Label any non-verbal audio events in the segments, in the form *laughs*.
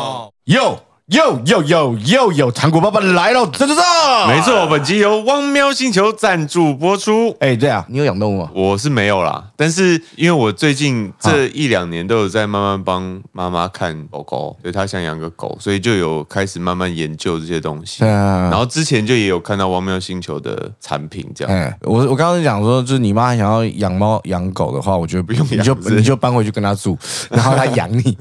哟哟哟哟哟哟，糖果爸爸来了，这这这， *laughs* 没。错，本集由汪喵星球赞助播出。哎、对啊，你有养动物吗？我是没有啦，但是因为我最近这一两年都有在慢慢帮妈妈看狗狗，对她想养个狗，所以就有开始慢慢研究这些东西。嗯然后之前就也有看到汪喵星球的产品，这样哎、我我刚刚讲说，就是你妈想要养猫养狗的话，我觉得不用你养就是不是你就搬回去跟她 *laughs* 住，然后她养你，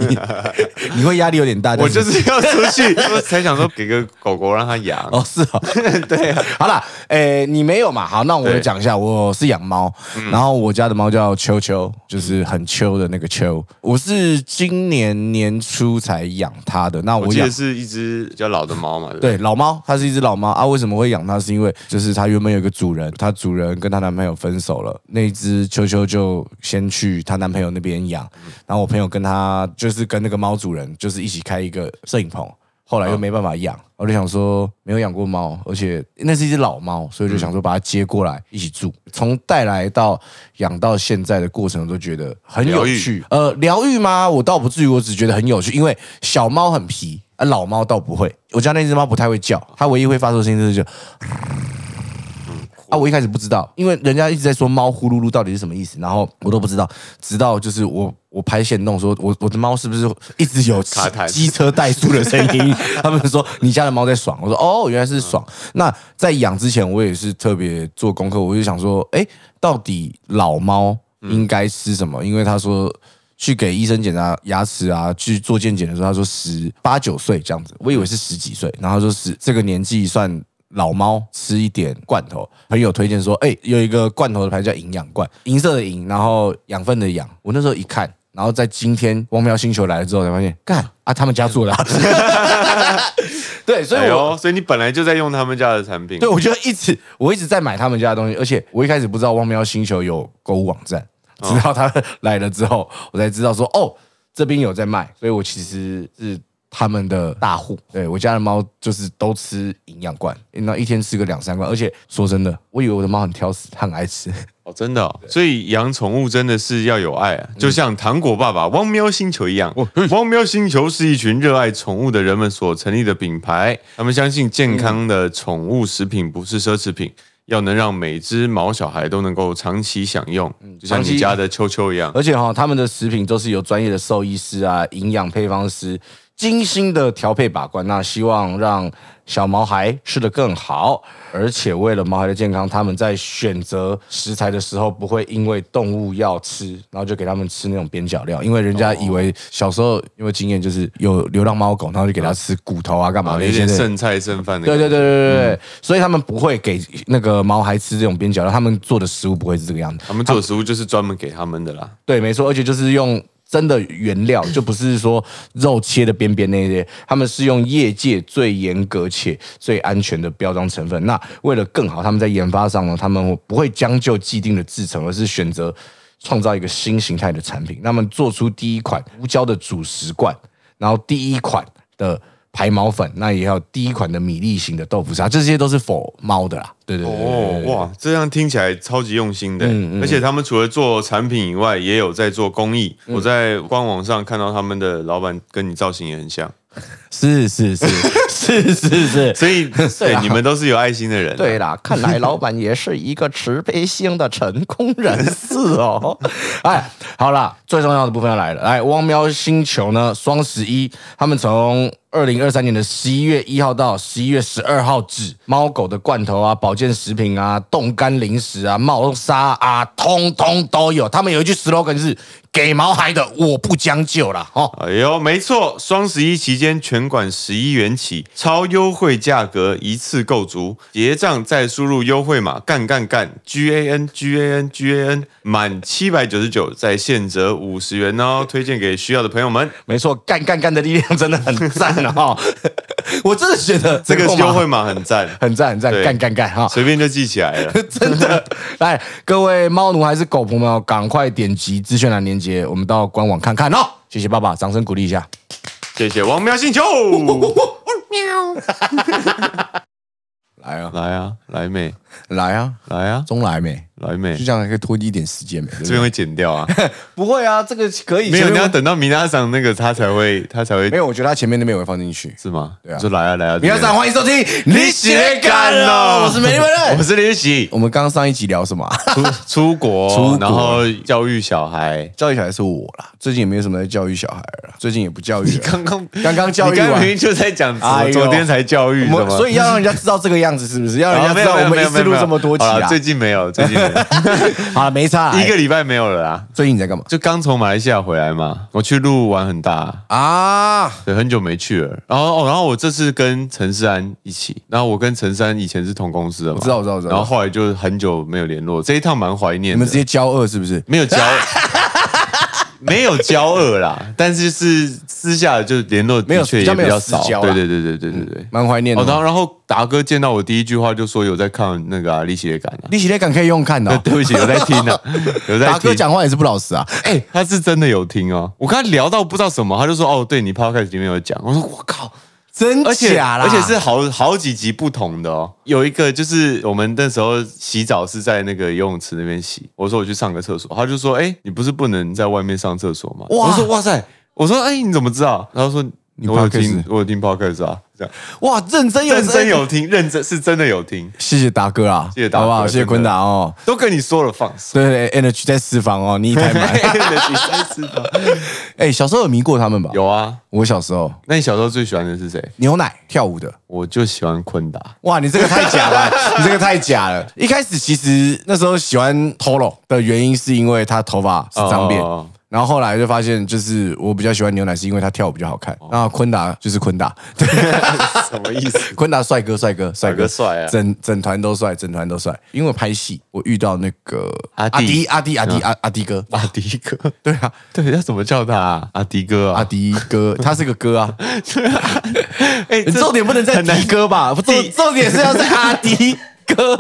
你会压力有点大。但我就是要出去， *laughs* 我才想说给个狗狗让它养。哦，是哦， *laughs* 对、好啦，诶、你没有嘛？好，那我啊对嗯讲一下，我是养猫，然后我家的猫叫秋秋，就是很秋的那个秋。我是今年年初才养它的，那我我记养得是一只比较老的猫嘛，对不对对老猫，它是一只老猫啊。为什么会养它？是因为就是它原本有一个主人，它主人跟她男朋友分手了，那一只秋秋就先去她男朋友那边养，然后我朋友跟她就是跟那个猫主人就是一起开一个摄影棚。后来又没办法养，我就想说没有养过猫，而且那是一只老猫，所以就想说把它接过来一起住。从带来到养到现在的过程，我都觉得很有疗愈趣。呃，疗愈吗？我倒不至于，我只觉得很有趣，因为小猫很皮，啊，老猫倒不会。我家那只猫不太会叫，它唯一会发出的声音就是就。啊，我一开始不知道，因为人家一直在说猫呼噜噜到底是什么意思，然后我都不知道，直到就是我我拍线动说，我我的猫是不是一直有卡痰机车怠速的声音？他们说你家的猫在爽，我说哦，原来是爽。那在养之前，我也是特别做功课，我就想说，哎，到底老猫应该吃什么？因为他说。去给医生检查牙齿啊，去做健检的时候，他说十八九岁这样子，我以为是十几岁，然后他说是这个年纪算老猫吃一点罐头，朋友推荐说，哎、有一个罐头的牌叫营养罐，银色的银，然后养分的养。我那时候一看，然后在今天汪喵星球来了之后，才发现，干啊，他们家做的、啊。 *laughs* 对，所以哎我、呦，所以你本来就在用他们家的产品，对我就一直我一直在买他们家的东西，而且我一开始不知道汪喵星球有购物网站，哦直到他来了之后，我才知道说，哦，这边有在卖，所以我其实是。他们的大户，对我家的猫就是都吃营养罐，那一天吃个两三罐，而且说真的，我以为我的猫很挑食，它很爱吃，哦，真的、哦，所以养宠物真的是要有爱啊，嗯就像糖果爸爸、汪喵星球一样。汪喵星球是一群热爱宠物的人们所成立的品牌，他们相信健康的宠物食品不是奢侈品，要能让每只毛小孩都能够长期享用，就像嗯长期呃你家的秋秋一样。而且哈、他们的食品都是由专业的兽医师啊、营养配方师精心的调配把关，那希望让小毛孩吃得更好，而且为了毛孩的健康，他们在选择食材的时候不会因为动物要吃，然后就给他们吃那种边角料，因为人哦家以为小时候因为经验就是有流浪猫狗，然后就给它吃骨头啊干嘛啊，那有些点嗯的。剩菜剩饭的对感觉。对对对对对，所以他们不会给那个毛孩吃这种边角料，他们做的食物不会是这个样子。他们做的食物就是专门给他们的啦。对，没错，而且就是用真的原料，就不是说肉切的边边那些，他们是用业界最严格且最安全的标章成分。那为了更好，他们在研发上呢，他们不会将就既定的制成，而是选择创造一个新形态的产品。那么做出第一款无胶的主食罐，然后第一款的。排毛粉，那也有第一款的米粒型的豆腐沙，这些都是否猫的啦。对对对对哦，哇，这样听起来超级用心的、而且他们除了做产品以外，也有在做公益。我在官网上看到他们的老板跟你造型也很像，是是 *laughs* 是是是是，所以 *laughs* 对啊你们都是有爱心的人、啊对，啦，看来老板也是一个慈悲心的成功人士 *laughs* 哦。哎，好啦，最重要的部分要来了。来，汪喵星球呢，双十一，他们从二零二三年的十一月一号到十一月十二号止，猫狗的罐头啊、保健食品啊、冻干零食啊、猫砂啊，通通都有。他们有一句 slogan 是“给毛孩的我不将就啦”哦。哎呦，没错，双十一期间全馆十一元起，超优惠价格一次购足，结账再输入优惠码干干干 G A N G A N G A N，满七百九十九再现折五十元哦，推荐给需要的朋友们。没错，干干干的力量真的很赞哦。 *laughs* 我真的觉得 *laughs* 这个能够优吗惠码很赞，很赞很赞，对干干干哈！ *laughs* 随便就记 *laughs* 起来了。真的，来各位猫奴还是狗朋友，赶快点击资讯栏链接，我们到官网看看哦。谢谢爸爸，掌声鼓励一 *laughs* 下。谢谢王喵星球。来来啊， *laughs* 来啊，来美，来啊，来啊，中来没？来美 *laughs* 就，这样还可以拖一点时间没？对不对这边会剪掉啊， *laughs* 不会啊，这个可以。没有，前你面要等到米娜桑那个他才会，他才会没有，我觉得他前面那边我会放进去。是吗？对啊你说来啊来啊，米娜桑，对不对欢迎收听《你写干了》，我是美丽本我人。是李喜，我们刚刚上一集聊什么啊？出 *laughs* 出国，出国然后教育小孩。 *laughs* 教育小孩是我啦，最近也没有什么在教育小孩了，最近也不教育了。刚刚刚刚教育你刚刚完明明就在讲什哎么，呦昨天才教育我什们么，所以要让人家知道这个样子，是不是？要让啊人家没知有道没我有没们一有次没有录没有这么多集好啊。啦哎最近没有，最近 *laughs* 没有好了，没差啦。一个礼拜没有了啦。最近你在干嘛就刚从马来西亚回来嘛，我去鹿玩很大，啊？对，很久没去了。然后哦，然后我这次跟陈思安一起，然后我跟陈思安以前是同公司的嘛，我知道我知道我知道然后后来就很久没有联络，这一趟蛮怀念的。你们直接交恶是不是？没有交， *laughs* 没有交恶啦，但是是私下就联络，没有的确比较也没有比较少私交。啦嗯对对对对对对对。蛮怀念哦，然的。后然后达哥见到我第一句话就说有在看那个啊《历史的感》啊， *laughs* 你写的敢可以用看的哦。对不起，有在听啊，有在听。达哥讲话也是不老实啊。哎、他是真的有听哦。我跟他聊到不知道什么，他就说哦，对你 podcast 里面有讲。我说我靠，真而且假啦？而且是好好几集不同的哦。有一个就是我们那时候洗澡是在那个游泳池那边洗，我说我去上个厕所，他就说哎、你不是不能在外面上厕所吗？哇我说哇塞，我说哎、你怎么知道？然后说你我有 podcast 听，我有听 podcast 啊，这样哇，认真有认真有听，认真是真的有听，谢谢达哥啊，谢谢达哥好不好？真的谢谢坤达哦。都跟你说了放 *laughs* 手。对对对，Energy 在私房哦，你一台 *laughs* 买。你才知道哎，小时候有迷过他们吧？。有啊，我小时候那你小时候最喜欢的是谁？牛奶跳舞的，我就喜欢昆达。哇，你这个太假了， *laughs* 你这个太假了。一开始其实那时候喜欢 Toro 的原因是因为他头发是脏辫。哦然后后来就发现，就是我比较喜欢牛奶，是因为他跳舞比较好看。那昆达就是昆达，对，哦 *laughs* 什么意 *laughs* 思？昆达帅哥，帅哥，帅哥帅啊整整团都帅，整团都帅。因为我拍戏，我遇到那个阿迪弟阿迪阿迪阿阿迪哥，阿迪哥，对啊，对，要怎么叫他、啊？阿迪哥阿啊？迪哥，他是个哥啊。 *laughs* 哎、这重点不能在很难迪哥吧？重弟重点是要在阿迪哥，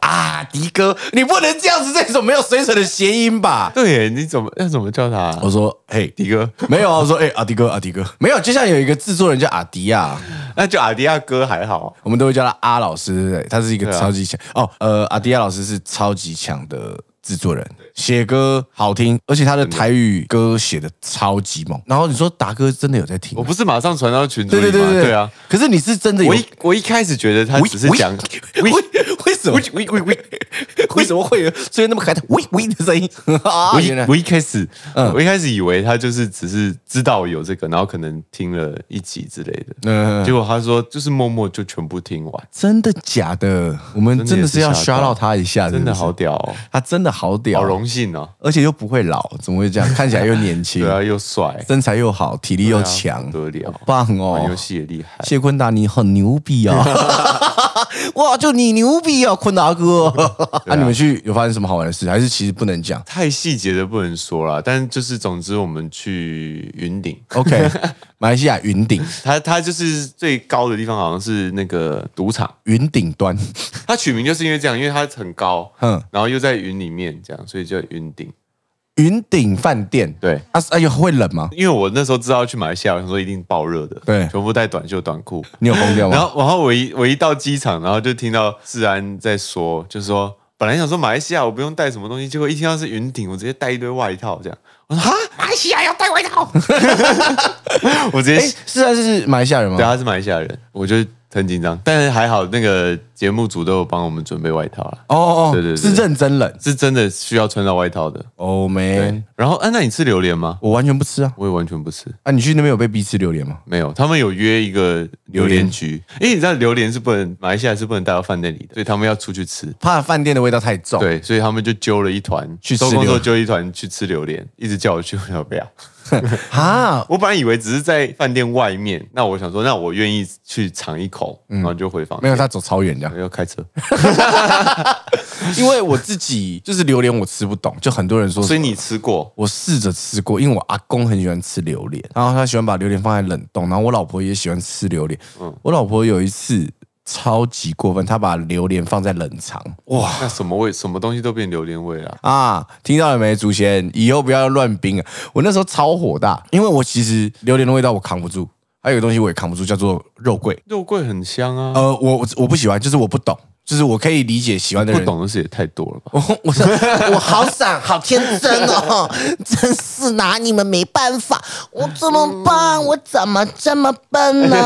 阿迪哥，你不能这样子，这种没有水准的谐音吧？对耶，你怎么要怎么叫他、啊？我说，嘿，迪哥，没有啊，我说，哎、阿迪哥，阿迪哥，没有，就像有一个制作人叫阿迪啊。 *laughs* 那叫阿迪亚哥还好。我们都会叫他阿老师，对不对？他是一个对啊超级强、哦，呃，阿迪亚老师是超级强的制作人，写歌好听，而且他的台语歌写的超级猛。然后你说达哥真的有在听我吗？不是马上传到群组对里对吗？对对啊！！可是你是真的有我一我一开始觉得他喂只是喂讲 *laughs* 喂，为什么？喂喂喂， *laughs* 为什么会有出现那么开的喂喂的声音？ *laughs* 啊，我原一来我一开始，嗯我一开始以为他就是只是知道有这个，然后可能听了一集之类的。嗯结果他说就是默默就全部听完，真的假的？我们真的是要刷到他一下，真的是不是好，屌哦，他真的好屌，好荣幸哦。而且又不会老，怎么会这样？看起来又年轻 *laughs* 对，啊，又帅，身材又好，体力嗯又强，对啊不得了好棒玩游哦！戏也厉害。谢坤达，你很牛逼 *laughs* 啊！哇，就你牛逼啊，坤达哥！ *laughs* 啊，你们去有发生什么好玩的事？还是其实不能讲太细节的不能说啦，但就是总之我们去云顶， *laughs* ？OK，马来西亚云顶，它它就是最高的地方，好像是那个赌场。云顶端，它取名就是因为这样，因为它很高，嗯。然后又在云里面，这样所以叫云顶。云顶饭店。对，啊，哎呦，会冷吗？因为我那时候知道要去马来西亚，我想说一定爆热的，对全部带短袖短裤。你有疯掉然吗？后然后我一我一到机场，然后就听到治安在说，就说本来想说马来西亚我不用带什么东西，结果一听到是云顶，我直接带一堆外套这样。 *laughs* 我说哈， *laughs* 马来西亚要带外套，我直接哎，是啊，是马来西亚人吗对，？他是马来西亚人，我就很紧张，但是还好那个节目组都有帮我们准备外套啦，哦哦，对对对是认真冷。是真的需要穿到外套的。哦对没，，然后啊，那你吃榴莲吗？我完全不吃啊。我也完全不吃，啊，你去那边有被逼吃榴莲吗？没有。他们有约一个榴莲局，因为你知道榴莲是不能马来西亚是不能带到饭店里的，所以他们要出去吃。怕饭店的味道太重。，对，所以他们就揪了一团去吃收工之榴后揪一团去吃榴莲，一直叫我去，我要 *laughs* 不要？哈，我本来以为只是在饭店外面，那我想说，那我愿意去尝一口，然后就回房嗯没间。有，他走超远这样。要开车，因为我自己就是榴莲，我吃不懂，就很多人说。所以你吃过？我试着吃过，因为我阿公很喜欢吃榴莲，然后他喜欢把榴莲放在冷冻，然后我老婆也喜欢吃榴莲。嗯我老婆有一次超级过分，她把榴莲放在冷藏，哇，那什么味，什么东西都变榴莲味啦。啊，听到了没，祖先，以后不要乱冰啊！我那时候超火大，因为我其实榴莲的味道我扛不住，还有一个东西我也扛不住，叫做肉桂。肉桂很香啊，呃，我我我不喜欢，就是我不懂，就是我可以理解喜欢的不人。懂的事也太多了吧？我我是。*laughs* 我好傻，好天真哦，真是拿你们没办法。我怎么办？我怎么这么笨呢？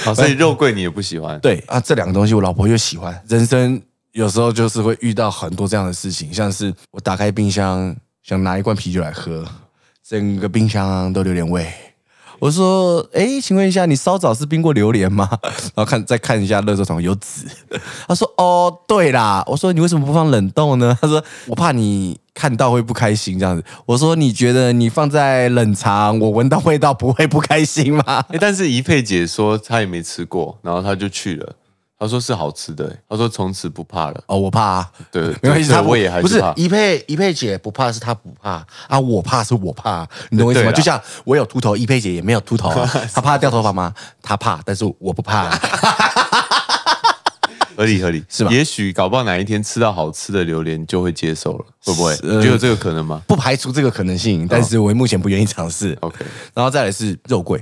好，所以肉桂你也不喜欢对啊，这两个东西我老婆又喜欢。人生有时候就是会遇到很多这样的事情，像是我打开冰箱想拿一罐啤酒来喝，整个冰箱都榴莲味。我说：“哎，请问一下，你稍早是冰过榴莲吗？” *laughs* 然后看再看一下垃圾桶有纸。他说：“哦，对啦。”我说：“你为什么不放冷冻呢？”他说：“我怕你看到会不开心这样子。”我说：“你觉得你放在冷藏，我闻到味道不会不开心吗 *laughs* 哎、但是怡佩姐说她也没吃过，然后她就去了，她说是好吃的、欸她说从此不怕了？”。哦，我怕、啊。对， *laughs* 没关系，对他不我也还不是是怕。一佩一佩姐不怕是她不怕啊，我怕是我怕，你懂我意思吗？对啦就像我有秃头，一佩姐也没有秃头 *laughs* 啊，她怕掉头发吗？她怕，但是我不怕、 *laughs* 合理合理 *laughs* 是吧也许搞不好哪一天吃到好吃的榴莲就会接受了，会不会？ *laughs* 是你觉得有这个可能吗不排除这个可能性，但是我目前不愿意尝试。 ？OK，然后再来是肉桂，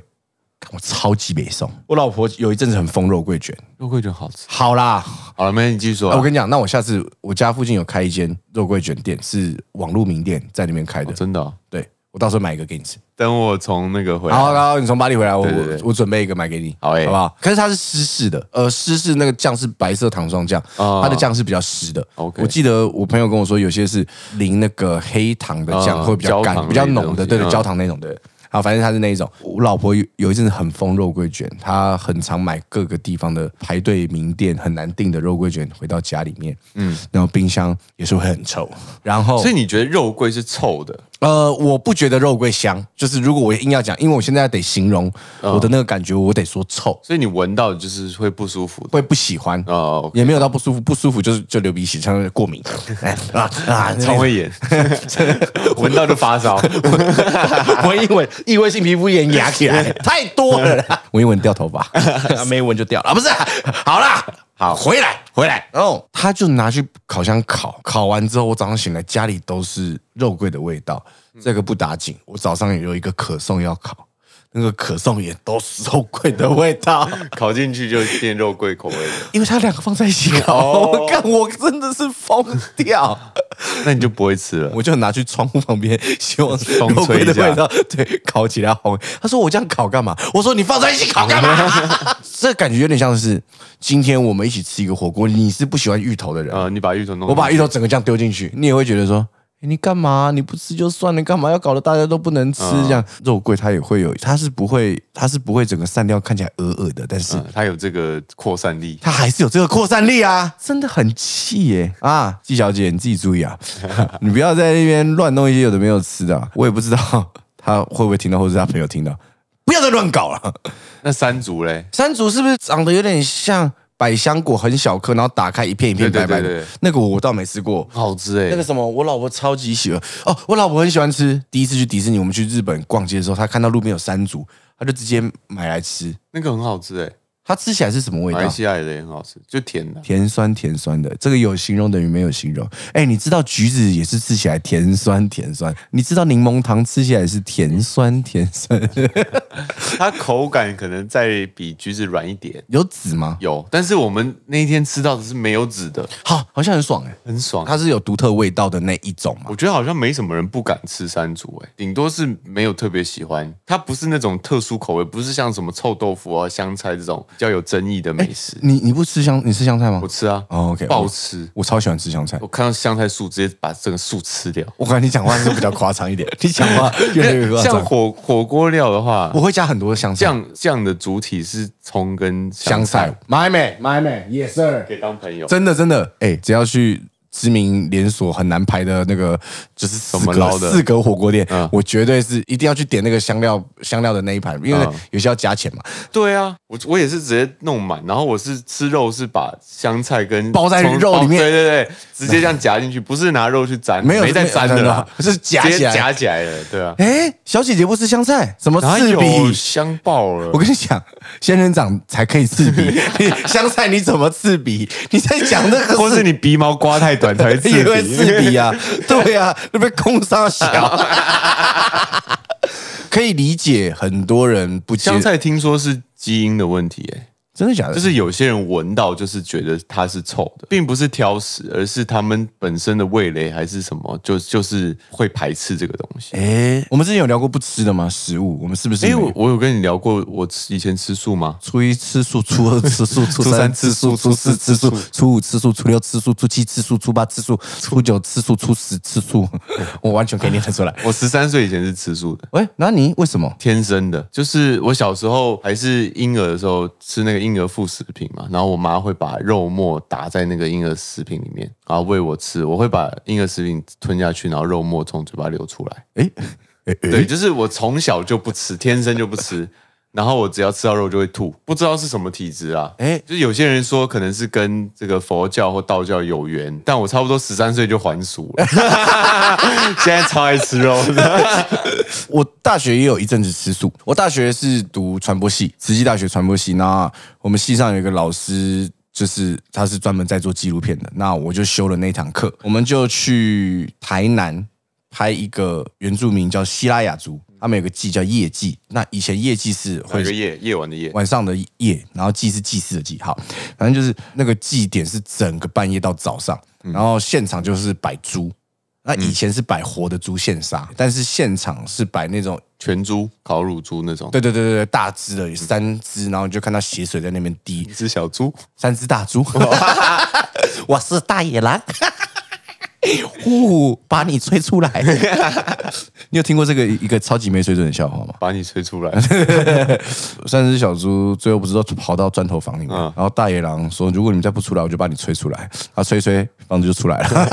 干我超级北宋，我老婆有一阵子很疯肉桂卷，肉桂卷好吃。好啦，好了，没人你继续说啊、啊我跟你讲，那我下次我家附近有开一间肉桂卷店，是网络名店，在那边开的哦，真的哦、对我到时候买一个给你吃。等我从那个回来。然后，然后你从巴黎回来，我对对对我我准备一个买给你，好欸好不好？可是它是湿式的，呃，湿式那个酱是白色糖霜酱，啊它的酱是比较湿的。 OK 我记得我朋友跟我说，有些是淋那个黑糖的酱啊会比较焦糖干、比较类的浓东的，西对对，嗯焦糖那种的。好，反正它是那一种。我老婆有有一阵子很疯肉桂卷，她很常买各个地方的排队名店很难订的肉桂卷回到家里面，嗯，然后冰箱也是会很臭，然后所以你觉得肉桂是臭的？呃，我不觉得肉桂香，就是如果我硬要讲，因为我现在得形容嗯我的那个感觉，我得说臭，所以你闻到就是会不舒服的会不喜欢，哦，OK， *laughs* 也没有到不舒服，不舒服就是就流鼻血，像是 *laughs* 过敏 *laughs* 啊啊，肠胃 *laughs* 炎，闻到就发烧。 *laughs* 我一闻异位性皮肤炎压起来 *laughs* 太多了啦，我一闻掉 *laughs* 头发，啊没闻就掉了，啊不是啊，好啦，好哦回来回来，然后他就拿去烤箱烤，烤完之后我早上醒来家里都是肉桂的味道，这个不打紧，我早上也有一个可颂要烤。那个可颂也都是肉桂的味道，烤进去就变肉桂口味的， *laughs* 因为它两个放在一起烤，*laughs* 哦我看我真的是疯掉。那你就不会吃了。我就拿去窗户旁边，希望 *laughs* 风肉吹桂一的下味道对烤起来红。他说我这样烤干嘛？我说你放在一起烤干嘛？ *laughs* 这感觉有点像是今天我们一起吃一个火锅，你是不喜欢芋头的人，呃，你把芋头弄，我把芋头整个这样丢进去，你也会觉得说。诶你干嘛？你不吃就算了，干嘛要搞得大家都不能吃？啊这样、肉桂它也会有，它是不会，它是不会整个散掉，看起来鹅鹅的，但是嗯，它有这个扩散力。它还是有这个扩散力啊，真的很气耶、啊！季小姐，你自己注意啊， *laughs* 你不要在那边乱弄一些有的没有吃的啊、我也不知道 *laughs* 她会不会听到，或者她朋友听到，不要再乱搞了。那山竹嘞，山竹是不是长得有点像百香果，很小颗，然后打开一片一片对白对白对对的对？那个我倒没吃欸过。好吃哎、那个什么，我老婆超级喜欢哦，我老婆很喜欢吃。第一次去迪士尼，我们去日本逛街的时候，她看到路边有山竹，她就直接买来吃。那个很好吃哎、她吃起来是什么味马道来？西亚的也很好吃，就甜的。甜酸甜酸的，这个有形容等于没有形容。哎，你知道橘子也是吃起来甜酸甜酸，你知道柠檬糖吃起来也是甜酸甜酸，它口感可能再比橘子软一点，有籽吗？有，但是我们那一天吃到的是没有籽的，好，好像很爽哎、很爽。它是有独特味道的那一种嘛我。觉得好像没什么人不敢吃山竹、哎，顶多是没有特别喜欢。它不是那种特殊口味，不是像什么臭豆腐啊、香菜这种比较有争议的美食。你你不吃香，你吃香菜吗我？吃啊，哎哦，OK，爆我吃！我超喜欢吃香菜我。看到香菜树，直接把整个树吃掉。我感觉你讲话是比较夸张一点，你讲话越来越夸像张。火火锅料的话我，会加很多香菜，酱酱的主体是葱跟香菜，买美买美，Yes sir。可以当朋友。真的真的，哎、只要去知名连锁很难排的那个，就是四么捞格的四格火锅店，嗯我绝对是一定要去点那个香料香料的那一盘，因为嗯有些要加钱嘛，对啊，我我也是直接弄满，然后我是吃肉是把香菜跟包在葱肉里包面对对对，直接这样夹进去，不是拿肉去沾，没有没在沾的啦，没有 *laughs* 是夹直接起来夹起来的，对啊，哎、小姐姐不吃香菜，什么 *laughs* 哪刺有鼻？香爆了我？跟你讲，仙人掌才可以刺鼻， *laughs* 你香菜你怎么刺鼻？你在讲那个或是是你鼻毛刮太短才会刺 *laughs* 也会刺鼻。鼻啊？对啊，那边空沙小。可以理解很多人不接 *laughs* 香，菜听说是基因的问题、哎，真的假的？就是有些人闻到就是觉得它是臭的，并不是挑食，而是他们本身的味蕾还是什么，就就是会排斥这个东西。哎、我们之前有聊过不吃的吗？食物，我们是不是哎、没有？我我有跟你聊过我吃以前吃素吗？初一吃素，初二吃素，初三吃素，初四吃素，初五吃素，初六吃素，初七吃素，初八吃素，初九吃素，初十吃素。 *laughs* 我完全可以念得出来。我十三岁以前是吃素的。喂，那你为什么？天生的，就是我小时候还是婴儿的时候吃那个婴儿副食品嘛，然后我妈会把肉末打在那个婴儿食品里面，然后喂我吃，我会把婴儿食品吞下去，然后肉末从嘴巴流出来。哎、诶对，就是我从小就不吃，天生就不吃，然后我只要吃到肉就会吐，不知道是什么体质啊。哎就是有些人说可能是跟这个佛教或道教有缘，但我差不多十三岁就还俗了， *laughs* 现在超爱吃肉 *laughs* 的。我大学也有一阵子吃素。我大学是读传播系，慈济大学传播系。那我们系上有一个老师，就是他是专门在做纪录片的。那我就修了那堂课，我们就去台南拍一个原住民叫希拉雅族，他们有个祭叫夜祭。那以前夜祭是哪会个夜？夜晚的夜。晚上的夜，然后祭是祭祀的祭，好，反正就是那个祭点是整个半夜到早上，然后现场就是摆猪。那以前是摆活的猪现杀，但是现场是摆那种全猪、烤乳猪那种。对对对对对，大只的三只，然后你就看到血水在那边滴一，只小猪，三只大 *laughs* 猪，我是大野狼，呼，把你吹出来。 *laughs* 你有听过这个一个超级没水准的笑话吗？把你 *laughs* 吹出来。三只小猪最后不是都跑到砖头房里面，然后大野狼说：“如果你们再不出来，我就把你吹出来。”他吹一吹，房子就出来了。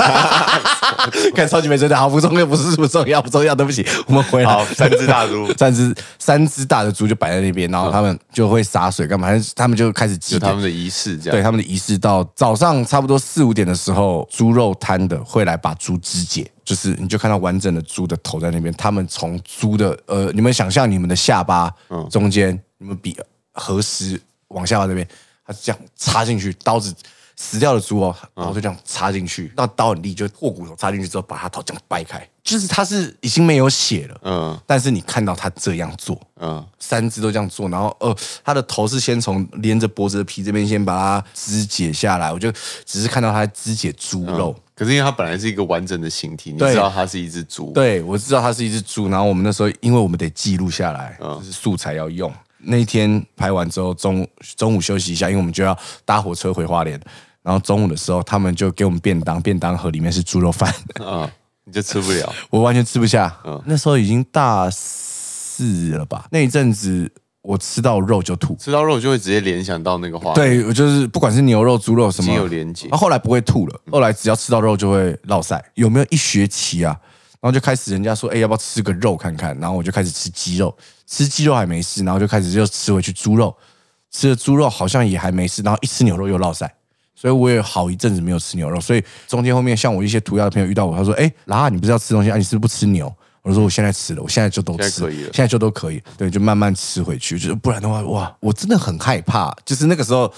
看超级没水准，好不重要，不是不重要，不重要，对不起，我们回来。，好，三只大猪三只三只大的猪就摆在那边，然后他们就会洒水干嘛？他们就开始祭就奠他们的仪式这对样。他们的仪式到早上差不多四五点的时候，猪肉摊的会来把猪肢解，就是你就看到完整的猪的头在那边。他们从猪的呃，你们想象你们的下巴嗯中间，你们比合十往下巴这边，它这样插进去，刀子死掉的猪哦，然后就这样插进嗯去，那刀很利，就破骨头插进去之后，把它头这样掰开，就是它是已经没有血了，嗯但是你看到它这样做，嗯，三只都这样做，然后呃，他的头是先从连着脖子的皮这边先把它肢解下来，我就只是看到他肢解猪肉。可是因为它本来是一个完整的形体，你对知道它是一只猪。，对，我知道它是一只猪，然后我们那时候因为我们得记录下来，就是素材要用。那一天拍完之后，中午中午休息一下，因为我们就要搭火车回花莲。然后中午的时候，他们就给我们便当，便当盒里面是猪肉饭，嗯，你就吃不了。我完全吃不下。那时候已经大四了吧？那一阵子我吃到肉就吐，吃到肉就会直接联想到那个画面。，对，我就是不管是牛肉、猪肉什么，已经有连结嗯啊后来不会吐了，后来只要吃到肉就会落腮。有没有一学期啊？然后就开始人家说，哎、要不要吃个肉看看？然后我就开始吃鸡肉，吃鸡肉还没事，然后就开始又吃回去猪肉，吃了猪肉好像也还没事，然后一吃牛肉又落腮。所以我也好一阵子没有吃牛肉，所以中间后面像我一些涂鸦的朋友遇到我，他说：“哎、拉，你不是要吃东西啊？你是不是不吃牛？”我就说：“我现在吃了，我现在就都现在吃，可以了现在就都可以，对，就慢慢吃回去，就是不然的话，哇，我真的很害怕，就是那个时候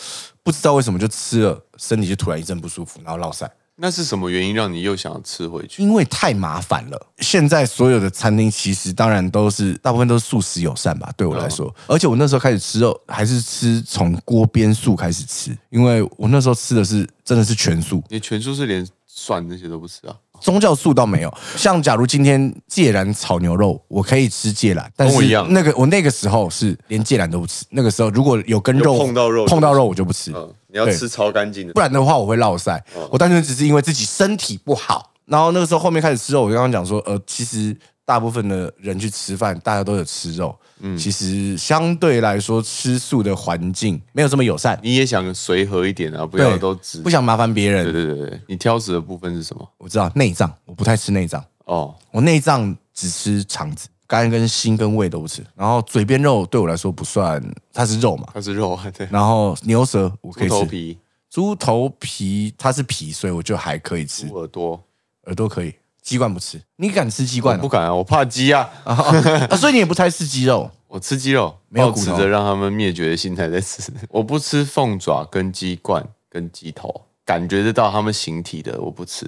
不知道为什么就吃了，身体就突然一阵不舒服，然后落腮，那是什么原因让你又想要吃回去？因为太麻烦了。现在所有的餐厅其实当然都是大部分都是素食友善吧，对我来说，而且我那时候开始吃肉还是吃从锅边素开始吃，因为我那时候吃的是真的是全素，你全素是连蒜那些都不吃啊？宗教素倒没有，像假如今天芥兰炒牛肉，我可以吃芥兰，但跟我一是样那个我那个时候是连芥兰都不吃。那个时候如果有跟肉有碰到肉就碰到肉我就不吃，嗯，你要对吃超干净的不。然的话我会落腮。我单纯只是因为自己身体不好，然后那个时候后面开始吃肉，我刚刚讲说，呃，其实大部分的人去吃饭，大家都有吃肉，嗯其实相对来说吃素的环境没有这么友善，你也想随和一点啊，不对要都只。不想麻烦别对人。对对对，你挑食的部分是什么？我知道内脏，我不太吃内脏。哦，我内脏只吃肠子、肝跟心跟胃都不吃，然后嘴边肉对我来说不算，它是肉嘛。它是肉啊，对，然后牛舌我可猪以头吃，皮、猪头皮它是皮，所以我就还可以吃猪，耳朵，耳朵可以，鸡冠不吃。你敢吃鸡我冠、不哦敢啊，我怕鸡啊。 *laughs* 啊？所以你也不太吃鸡肉我吃鸡肉，没有保骨持头着让他们灭绝的心态 *laughs* 在吃。我不吃凤爪、跟鸡冠、跟鸡头，感觉得到他们形体的我不吃。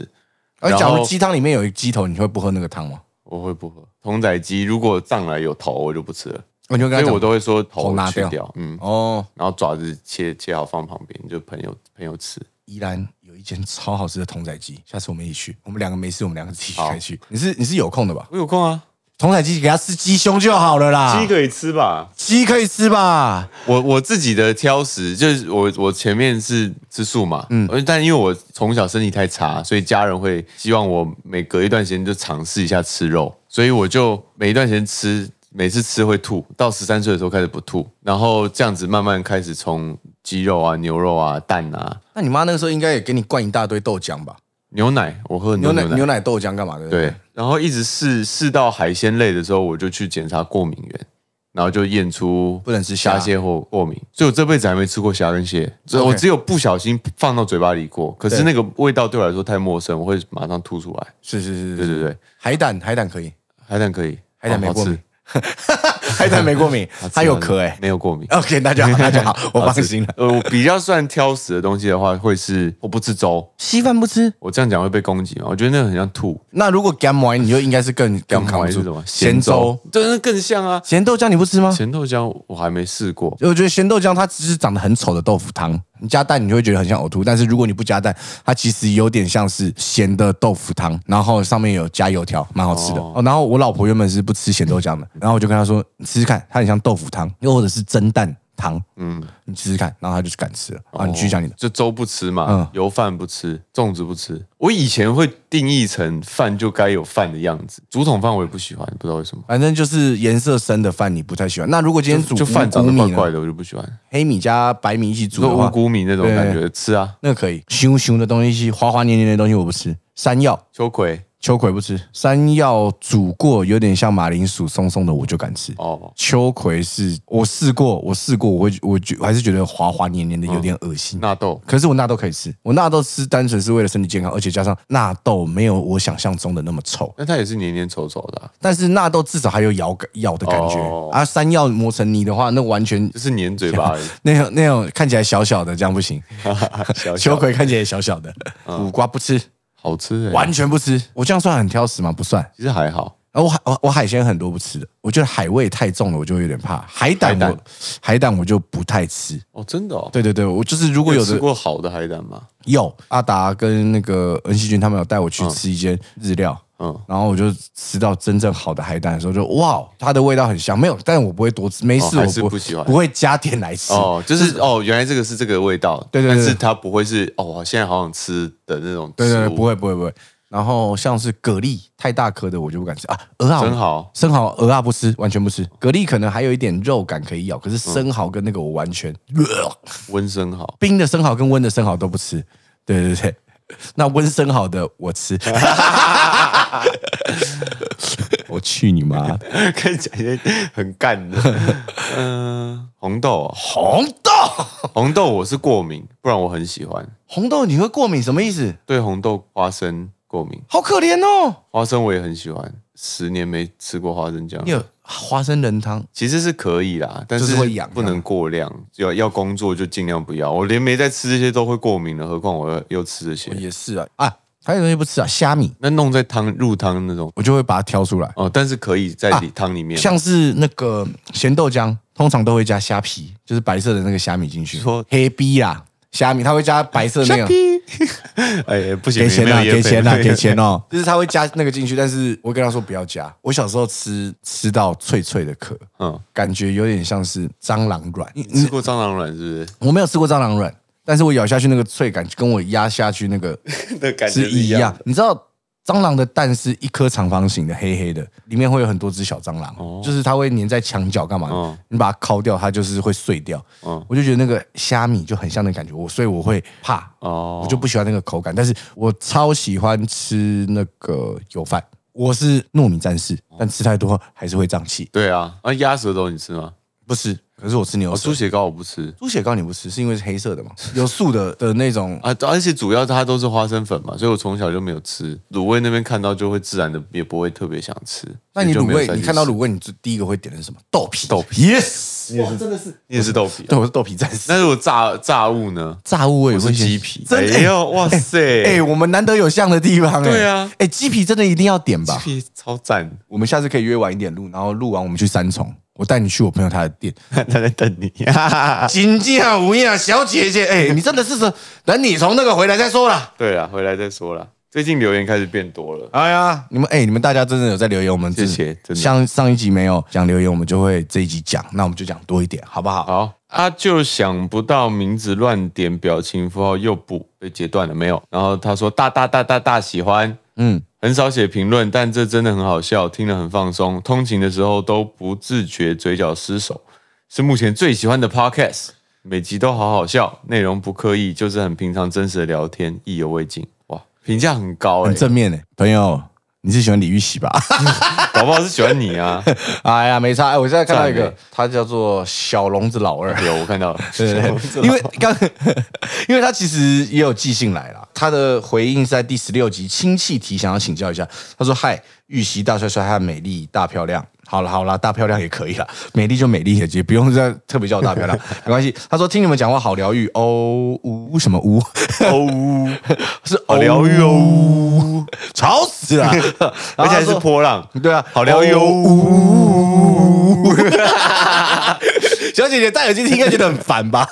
而然假后如鸡汤里面有一鸡头，你会不喝那个汤吗？我会不喝。童仔鸡如果上来有头，我就不吃了，我就所哦跟以他我讲都会说头头拿去掉掉，嗯，哦，然后爪子切切好放旁边，就朋友朋友吃。宜兰有一间超好吃的童仔鸡，下次我们一起去。我们两个没事，我们两个自己开去。你是你是有空的吧？我有空啊，童仔鸡给它吃鸡胸就好了啦，鸡可以吃吧？鸡可以吃吧？我我自己的挑食就是我我前面是吃素嘛，嗯，但因为我从小身体太差，所以家人会希望我每隔一段时间就尝试一下吃肉，所以我就每一段时间吃，每次吃会吐，到十三岁的时候开始不吐，然后这样子慢慢开始从鸡肉啊、牛肉啊、蛋啊、那你妈那个时候应该也给你灌一大堆豆浆吧？牛奶，我喝很牛多奶牛奶，牛奶豆浆干嘛的？对，然后一直试试到海鲜类的时候，我就去检查过敏源，然后就验出不能吃虾虾蟹或过敏，所以我这辈子还没吃过虾跟蟹，只 OK 我只有不小心放到嘴巴里过，可是对那个味道对我来说太陌生，我会马上吐出来。是是是对是，对对，海胆海胆可以，海胆可以，海胆哦没过，好敏 *laughs* 吃，海胆没过敏 *laughs* 好，吃它有好吃壳哎。没有过敏。 OK，那就 *laughs* 好，那就好，我放心了。呃，我比较算挑食的东西的话，会是我不吃粥。稀饭不吃，我这样讲会被攻击吗？我觉得那个很像吐。那如果干馍，你就应该是更更扛还是住什么？咸粥，，哦对，那更像啊。咸豆浆你不吃吗？咸豆浆我还没试过，我觉得咸豆浆它只是长得很丑的豆腐汤，你加蛋你就会觉得很像呕吐，但是如果你不加蛋，它其实有点像是咸的豆腐汤，然后上面有加油条，蛮好吃的。哦嗯哦，然后我老婆原本是不吃咸豆浆的，然后我就跟她说：“你试试看，它很像豆腐汤，又或者是蒸蛋汤，嗯，你试试看。”然后她就敢吃了。哦啊，你继续讲你的。就粥不吃嘛，嗯油饭不吃，粽子不吃。我以前会定义成饭就该有饭的样子，竹筒饭我也不喜欢，不知道为什么。反正就是颜色深的饭你不太喜欢。那如果今天煮就饭五长谷得米怪呢怪的，我就不喜欢。黑米加白米一起煮就的五话，谷米那种感觉，吃啊。那个可以。熊熊的东西，滑滑黏黏的东西我不吃。山药秋葵秋葵不吃，山药煮过有点像马铃薯松松的，我就敢吃。哦，秋葵是我试过，我试过，我会我觉还是觉得滑滑黏黏的，有点恶心。纳豆可是我纳豆可以吃，我纳豆吃单纯是为了身体健康，而且加上纳豆没有我想象中的那么臭，那它也是黏黏稠稠的啊、但是纳豆至少还有咬感咬的感觉。哦而、山药磨成泥的话，那完全就是黏嘴巴而已。那种那种看起来小小的嗯这样不行。秋小小葵看起来也小小的，苦瓜不吃，好吃哎、完全不吃。我这样算很挑食吗？不算。其实还好。然后我海我我海鲜很多不吃的，我觉得海味太重了，我就会有点怕。海胆海我胆海胆我就不太吃。哦，真的哦。对对对，我就是如我果有吃的过好的海胆吗？有阿达跟那个恩熙君他们有带我去吃一间日料，嗯，然后我就吃到真正好的海胆的时候就，哇，哦它的味道很香。没有，但我不会多吃，没事，哦还是我不喜欢不会加点来吃。哦，就是哦，原来这个是这个味道，对对对但是它不会是哦，我现在好想吃的那种食物，对对对，不会不会不会。然后像是蛤蜊太大颗的我就不敢吃啊，鹅啊，真好，生蚝、鹅啊不吃，完全不吃。蛤蜊可能还有一点肉感可以咬，可是生蚝跟那个我完全、呃温生蚝。 *laughs* 冰的生蚝跟温的生蚝都不吃。对对 *laughs* 对，那温生蚝的我吃。 *laughs* 我去你妈！可以讲一些很干 *laughs* 的。嗯、红豆哦，红豆，红豆我是过敏，不然我很喜欢。红豆你会过敏什么意思？对红豆、花生过敏，好可怜哦。花生我也很喜欢，十年没吃过花生酱你。有花生仁汤，其实是可以啦，但就是会痒不能过量，要要工作就尽量不要。我连没在吃这些都会过敏了，何况我又又吃这些。也是啊啊，还有东西不吃啊，虾米那弄在汤入汤那种我就会把它挑出来。哦，但是可以在里、汤里面。啊像是那个咸豆浆，通常都会加虾皮，就是白色的那个虾米进去。说黑逼啦，虾米它会加白色的那个。 *laughs* 哎，不行，给钱啊，没有给业配钱啊，给 *laughs* 钱哦！ *laughs* 就是他会加那个进去，但是我跟他说不要加。我小时候吃吃到脆脆的壳，嗯，感觉有点像是蟑螂卵。你吃过蟑螂卵是我没有吃过蟑螂卵，但是我咬下去那个脆感，跟我压下去那个不 *laughs* 是？那感觉是一的样。你知道蟑螂的蛋是一颗长方形的，黑黑的，里面会有很多只小蟑螂，就是它会粘在墙角干嘛的？哦你把它敲掉，它就是会碎掉。嗯我就觉得那个虾米就很像那感觉，我所以我会怕，哦我就不喜欢那个口感。但是我超喜欢吃那个油饭。我是糯米战士，哦但吃太多还是会胀气。对啊，啊，鸭舌头你吃吗？不吃，可是我吃牛哦，舌猪。血糕我不吃猪血糕你不吃，是因为是黑色的嘛？有素的的那种啊，而且主要它都是花生粉嘛，所以我从小就没有吃。卤味那边看到就会自然的，也不会特别想吃。那你 *laughs* 所以就卤没有味，再去你看到吃卤味，你最第一个会点的是什么？豆皮。豆皮，yes。你也是真的是，你也是豆皮啊、对，我是豆皮战士。那如果炸炸物呢？炸物我也我会是先鸡皮。真的哎呦，哇塞！哎、欸我们难得有像的地方、欸，对啊哎、鸡皮真的一定要点吧？鸡皮超赞，我们下次可以约晚一点录，然后录完我们去三重，我带你去我朋 *laughs* 友他的店。他在等你。啊金啊价无恙，小姐姐，哎、你真的是等你从那个回来再说啦。对啊了，回来再说啦。最近留言开始变多了，哎呀，你们哎、你们大家真的有在留言，我们谢谢真的像上一集没有讲留言，我们就会这一集讲，那我们就讲多一点，好不好？好，他就想不到名字乱点表情符号又不被截断了没有？然后他说大大大大大喜欢，嗯，很少写评论，但这真的很好笑，听了很放松，通勤的时候都不自觉嘴角失手，是目前最喜欢的 podcast，每集都好好笑，内容不刻意，就是很平常真实的聊天，意犹未尽。哇，评价很高哎、很正面哎、朋友，你是喜欢李玉玺吧？ *laughs* 搞不好是喜欢你啊！哎呀，没差，哎，我现在看到一赞个美，他叫做小笼子老二。有我看到了， *laughs* *laughs* 对，因为刚，因为他其实也有寄信来了，他的回应是在第十六集亲戚题，想要请教一下。他说：“嗨，玉玺大帅帅和美丽大漂亮，好了好了，大漂亮也可以了，美丽就美丽，也不用再特别叫我大漂亮，没关系。”他说：“听你们讲话好疗愈哦，呜什么呜？哦，是好疗愈哦，吵死了！而且还是然后他说波浪，对啊，好疗愈哦哦。小姐姐戴耳机听应该觉得很烦吧？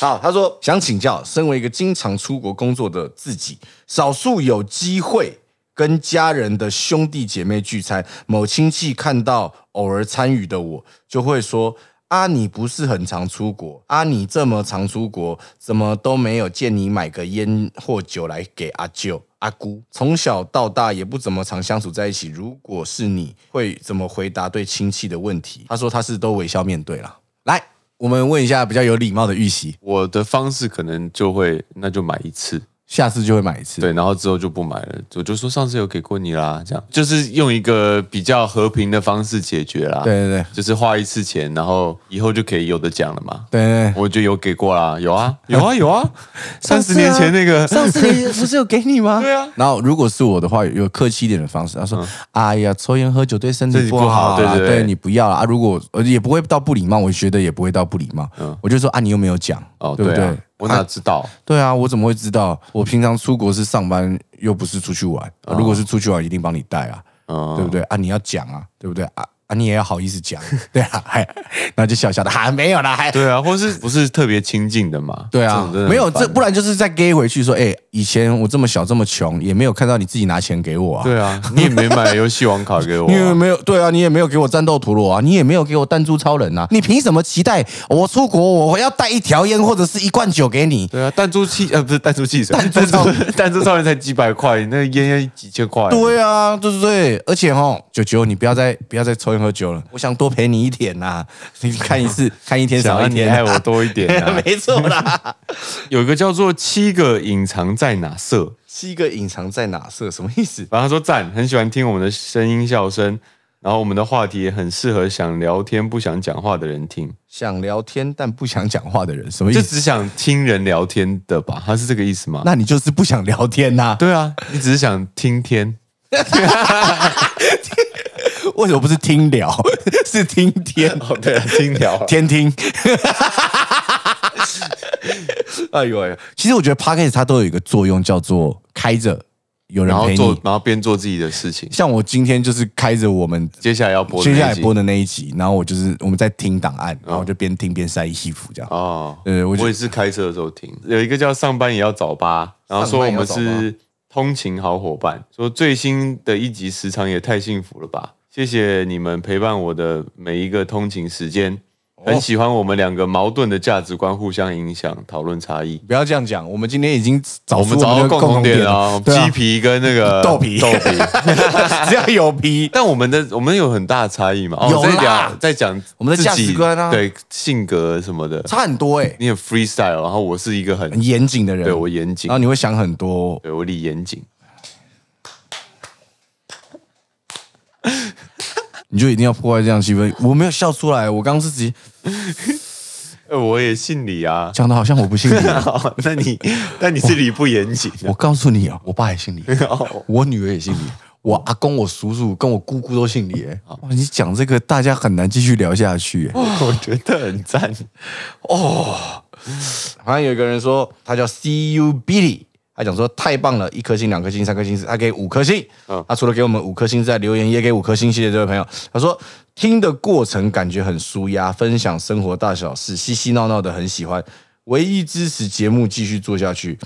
好，她说想请教，身为一个经常出国工作的自己，少数有机会跟家人的兄弟姐妹聚餐，某亲戚看到偶尔参与的我，就会说。啊，你不是很常出国？啊，你这么常出国，怎么都没有见你买个烟或酒来给阿舅、阿姑？从小到大也不怎么常相处在一起。如果是你，会怎么回答对亲戚的问题？他说他是都微笑面对啦。来，我们问一下比较有礼貌的玉玺，我的方式可能就会，那就买一次，下次就会买一次。对，然后之后就不买了。我就说上次有给过你啦，这样就是用一个比较和平的方式解决啦。对，对对就是花一次钱，然后以后就可以有的讲了嘛。对对，我就有给过啦，*laughs* 有啊，有啊，有啊，三十年前那个，上次啊你不是有给你吗？ *laughs* 对啊然后如果是我的话，有客气一点的方式，他说：“哎呀，抽烟喝酒对身身体体不好不好啊，对对对你不要了啊。”如果呃也不会到不礼貌，我觉得也不会到不礼貌。我就说啊，你又没有讲，嗯哦，对不对对啊？，我哪知道？对啊，我怎么会知道？我平常出国是上班，又不是出去玩。啊如果是出去玩，一定帮你带啊，嗯对不对？啊，你要讲啊，对不对？啊啊，你也要好意思讲， *laughs* 对啊，还那就笑笑的，还、没有啦，还对啊，或是不是特别亲近的嘛？对啊种真的，很没有烦这，不然就是再 gay 回去说，哎、以前我这么小这么穷，也没有看到你自己拿钱给我啊，对啊，你也没买游戏王卡给我 *laughs* 你也啊，没有对啊，你也没有给我战斗陀螺啊，你也没有给我弹珠超人啊，你凭什么期待我出国我要带一条烟或者是一罐酒给你？对啊，弹珠汽呃不是弹 *laughs* 珠汽水，弹珠弹珠超人才几百块，那个烟烟几千块，对啊，对对对，而且哈，九九，你不要再不要再抽烟喝酒了，我想多陪你一点呐、你看一 *laughs* 次，看一天想少要一你天、。爱我多一点、 *laughs* 啊 *laughs* 没错啦。有一个叫做“七个隐藏在哪色七个隐藏在哪色？什么意思”，？反正他说赞，很喜欢听我们的声音笑声，然后我们的话题也很适合想聊天不想讲话的人听，想聊天但不想讲话的人，什么意就思？只想听人聊天的吧？他是这个意思吗？那你就是不想聊天呐、对啊，你只是想听天，为什么不是听聊， *laughs* 是听天？哦，对啊， *laughs* 听聊啊天听。哎呦哎呦，其实我觉得 podcast 它都有一个作用，叫做开着有人然后陪做你，。然后边做自己的事情。像我今天就是开着我们接下来要播的那接一集，下来播的那一集，然后我就是我们在听档案，然后我就边听边晒衣服这样。哦，对呃我我就也是开车的时候听，有一个叫上班也要早八，然后说我们上班也要是通勤好伙伴，说最新的一集时长也太幸福了吧，谢谢你们陪伴我的每一个通勤时间，哦很喜欢我们两个矛盾的价值观互相影响，讨论差异。不要这样讲，我哦们今天已经找我出们找到的共同同点了了，对啊鸡，皮跟那个豆皮 *laughs* 豆皮。 *laughs* 只要有皮，但我们的我们有很大的差异嘛？哦有，啦在讲在讲我们的自己价值观啊对性格什么的。差很多哎，你很 freestyle，然后我是一个很很严谨的人，对我严谨然后你会想很多，对我理严谨。你就一定要破坏这样的气氛。我没有笑出来，我刚刚自己。*laughs* 呃，我也姓李啊讲的好像我不姓李一样， *laughs* 好， *laughs* 那你，但你是李不严谨 *laughs* 哦我告诉你啊，我爸也姓李，我女儿也姓李，我阿公、我叔叔跟我姑姑都姓李、欸。哇，你讲这个大家很难继续聊下去、欸。我觉得很赞。好像有一个人说他叫 CU Billy，他讲说太棒了，一颗星、两颗星、三颗星，他给五颗星。嗯，他除了给我们五颗星之外，留言也给五颗星，谢谢这位朋友。他说听的过程感觉很舒压，分享生活大小事，嬉嬉闹闹的，很喜欢。唯一支持节目继续做下去，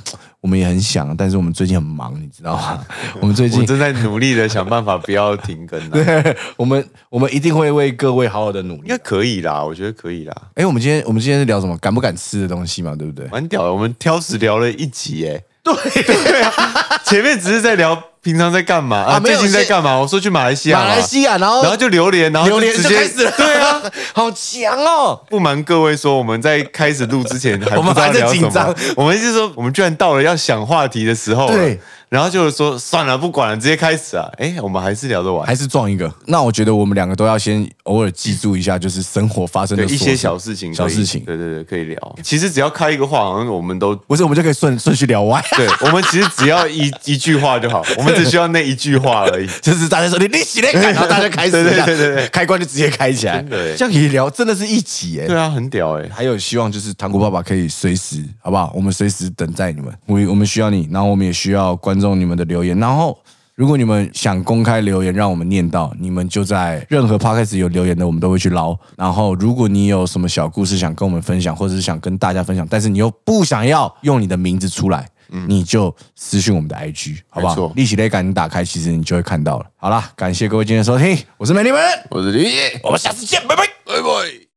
我们也很想，但是我们最近很忙，你知道吗？我们最近我正在努力的想办法不要停更、啊， *laughs* 我们我们一定会为各位好好的努应力该。可以啦，我觉得可以啦，哎，我们今天我们今天是聊什么？敢不敢吃的东西嘛，对不对？蛮屌的。我们挑食聊了一集、耶。 *laughs* 对对啊，前面只是在聊平常在干嘛啊啊没最有近在干嘛？我说去马来西亚嘛，马来西亚，然后啊然后就榴莲，然后榴莲直就接开始了，对啊，， *laughs* 好强哦！不瞒各位说，我们在开始录之前 *laughs* 还我不们知道还在聊什紧张么，我们是说我们居然到了要想话题的时候了对，然后就是说算了，不管了，直接开始啊！哎，我们还是聊得完还，是撞一个。那我觉得我们两个都要先偶尔记住一下，就是生活发生的对一琐些小事情可以，小事情，对对对，可以聊。其实只要开一个话，好像我们都不是我们就可以顺顺序聊歪。对，我们其实只要一 *laughs* 一句话就好，我们只需要那一句话 *laughs* 而已。 *laughs* 就是大家说你你洗那感，然后大家开始对对一下对对对开关就直接开起来真的耶，这样也聊真的是一集哎对。啊，很屌哎、还有希望就是糖果爸爸可以随时，好不好？我们随时等待你们，我我们需要你，然后我们也需要观众你们的留言。然后，如果你们想公开留言让我们念到，你们就在任何 podcast 有留言的，我们都会去捞。然后，如果你有什么小故事想跟我们分享，或者是想跟大家分享，但是你又不想要用你的名字出来。你就私讯我们的 IG，好不没错好？立起类感，你打开，其实你就会看到了。好啦，感谢各位今天的收听，我是美丽们，我是李毅，我们下次见，拜拜，拜拜。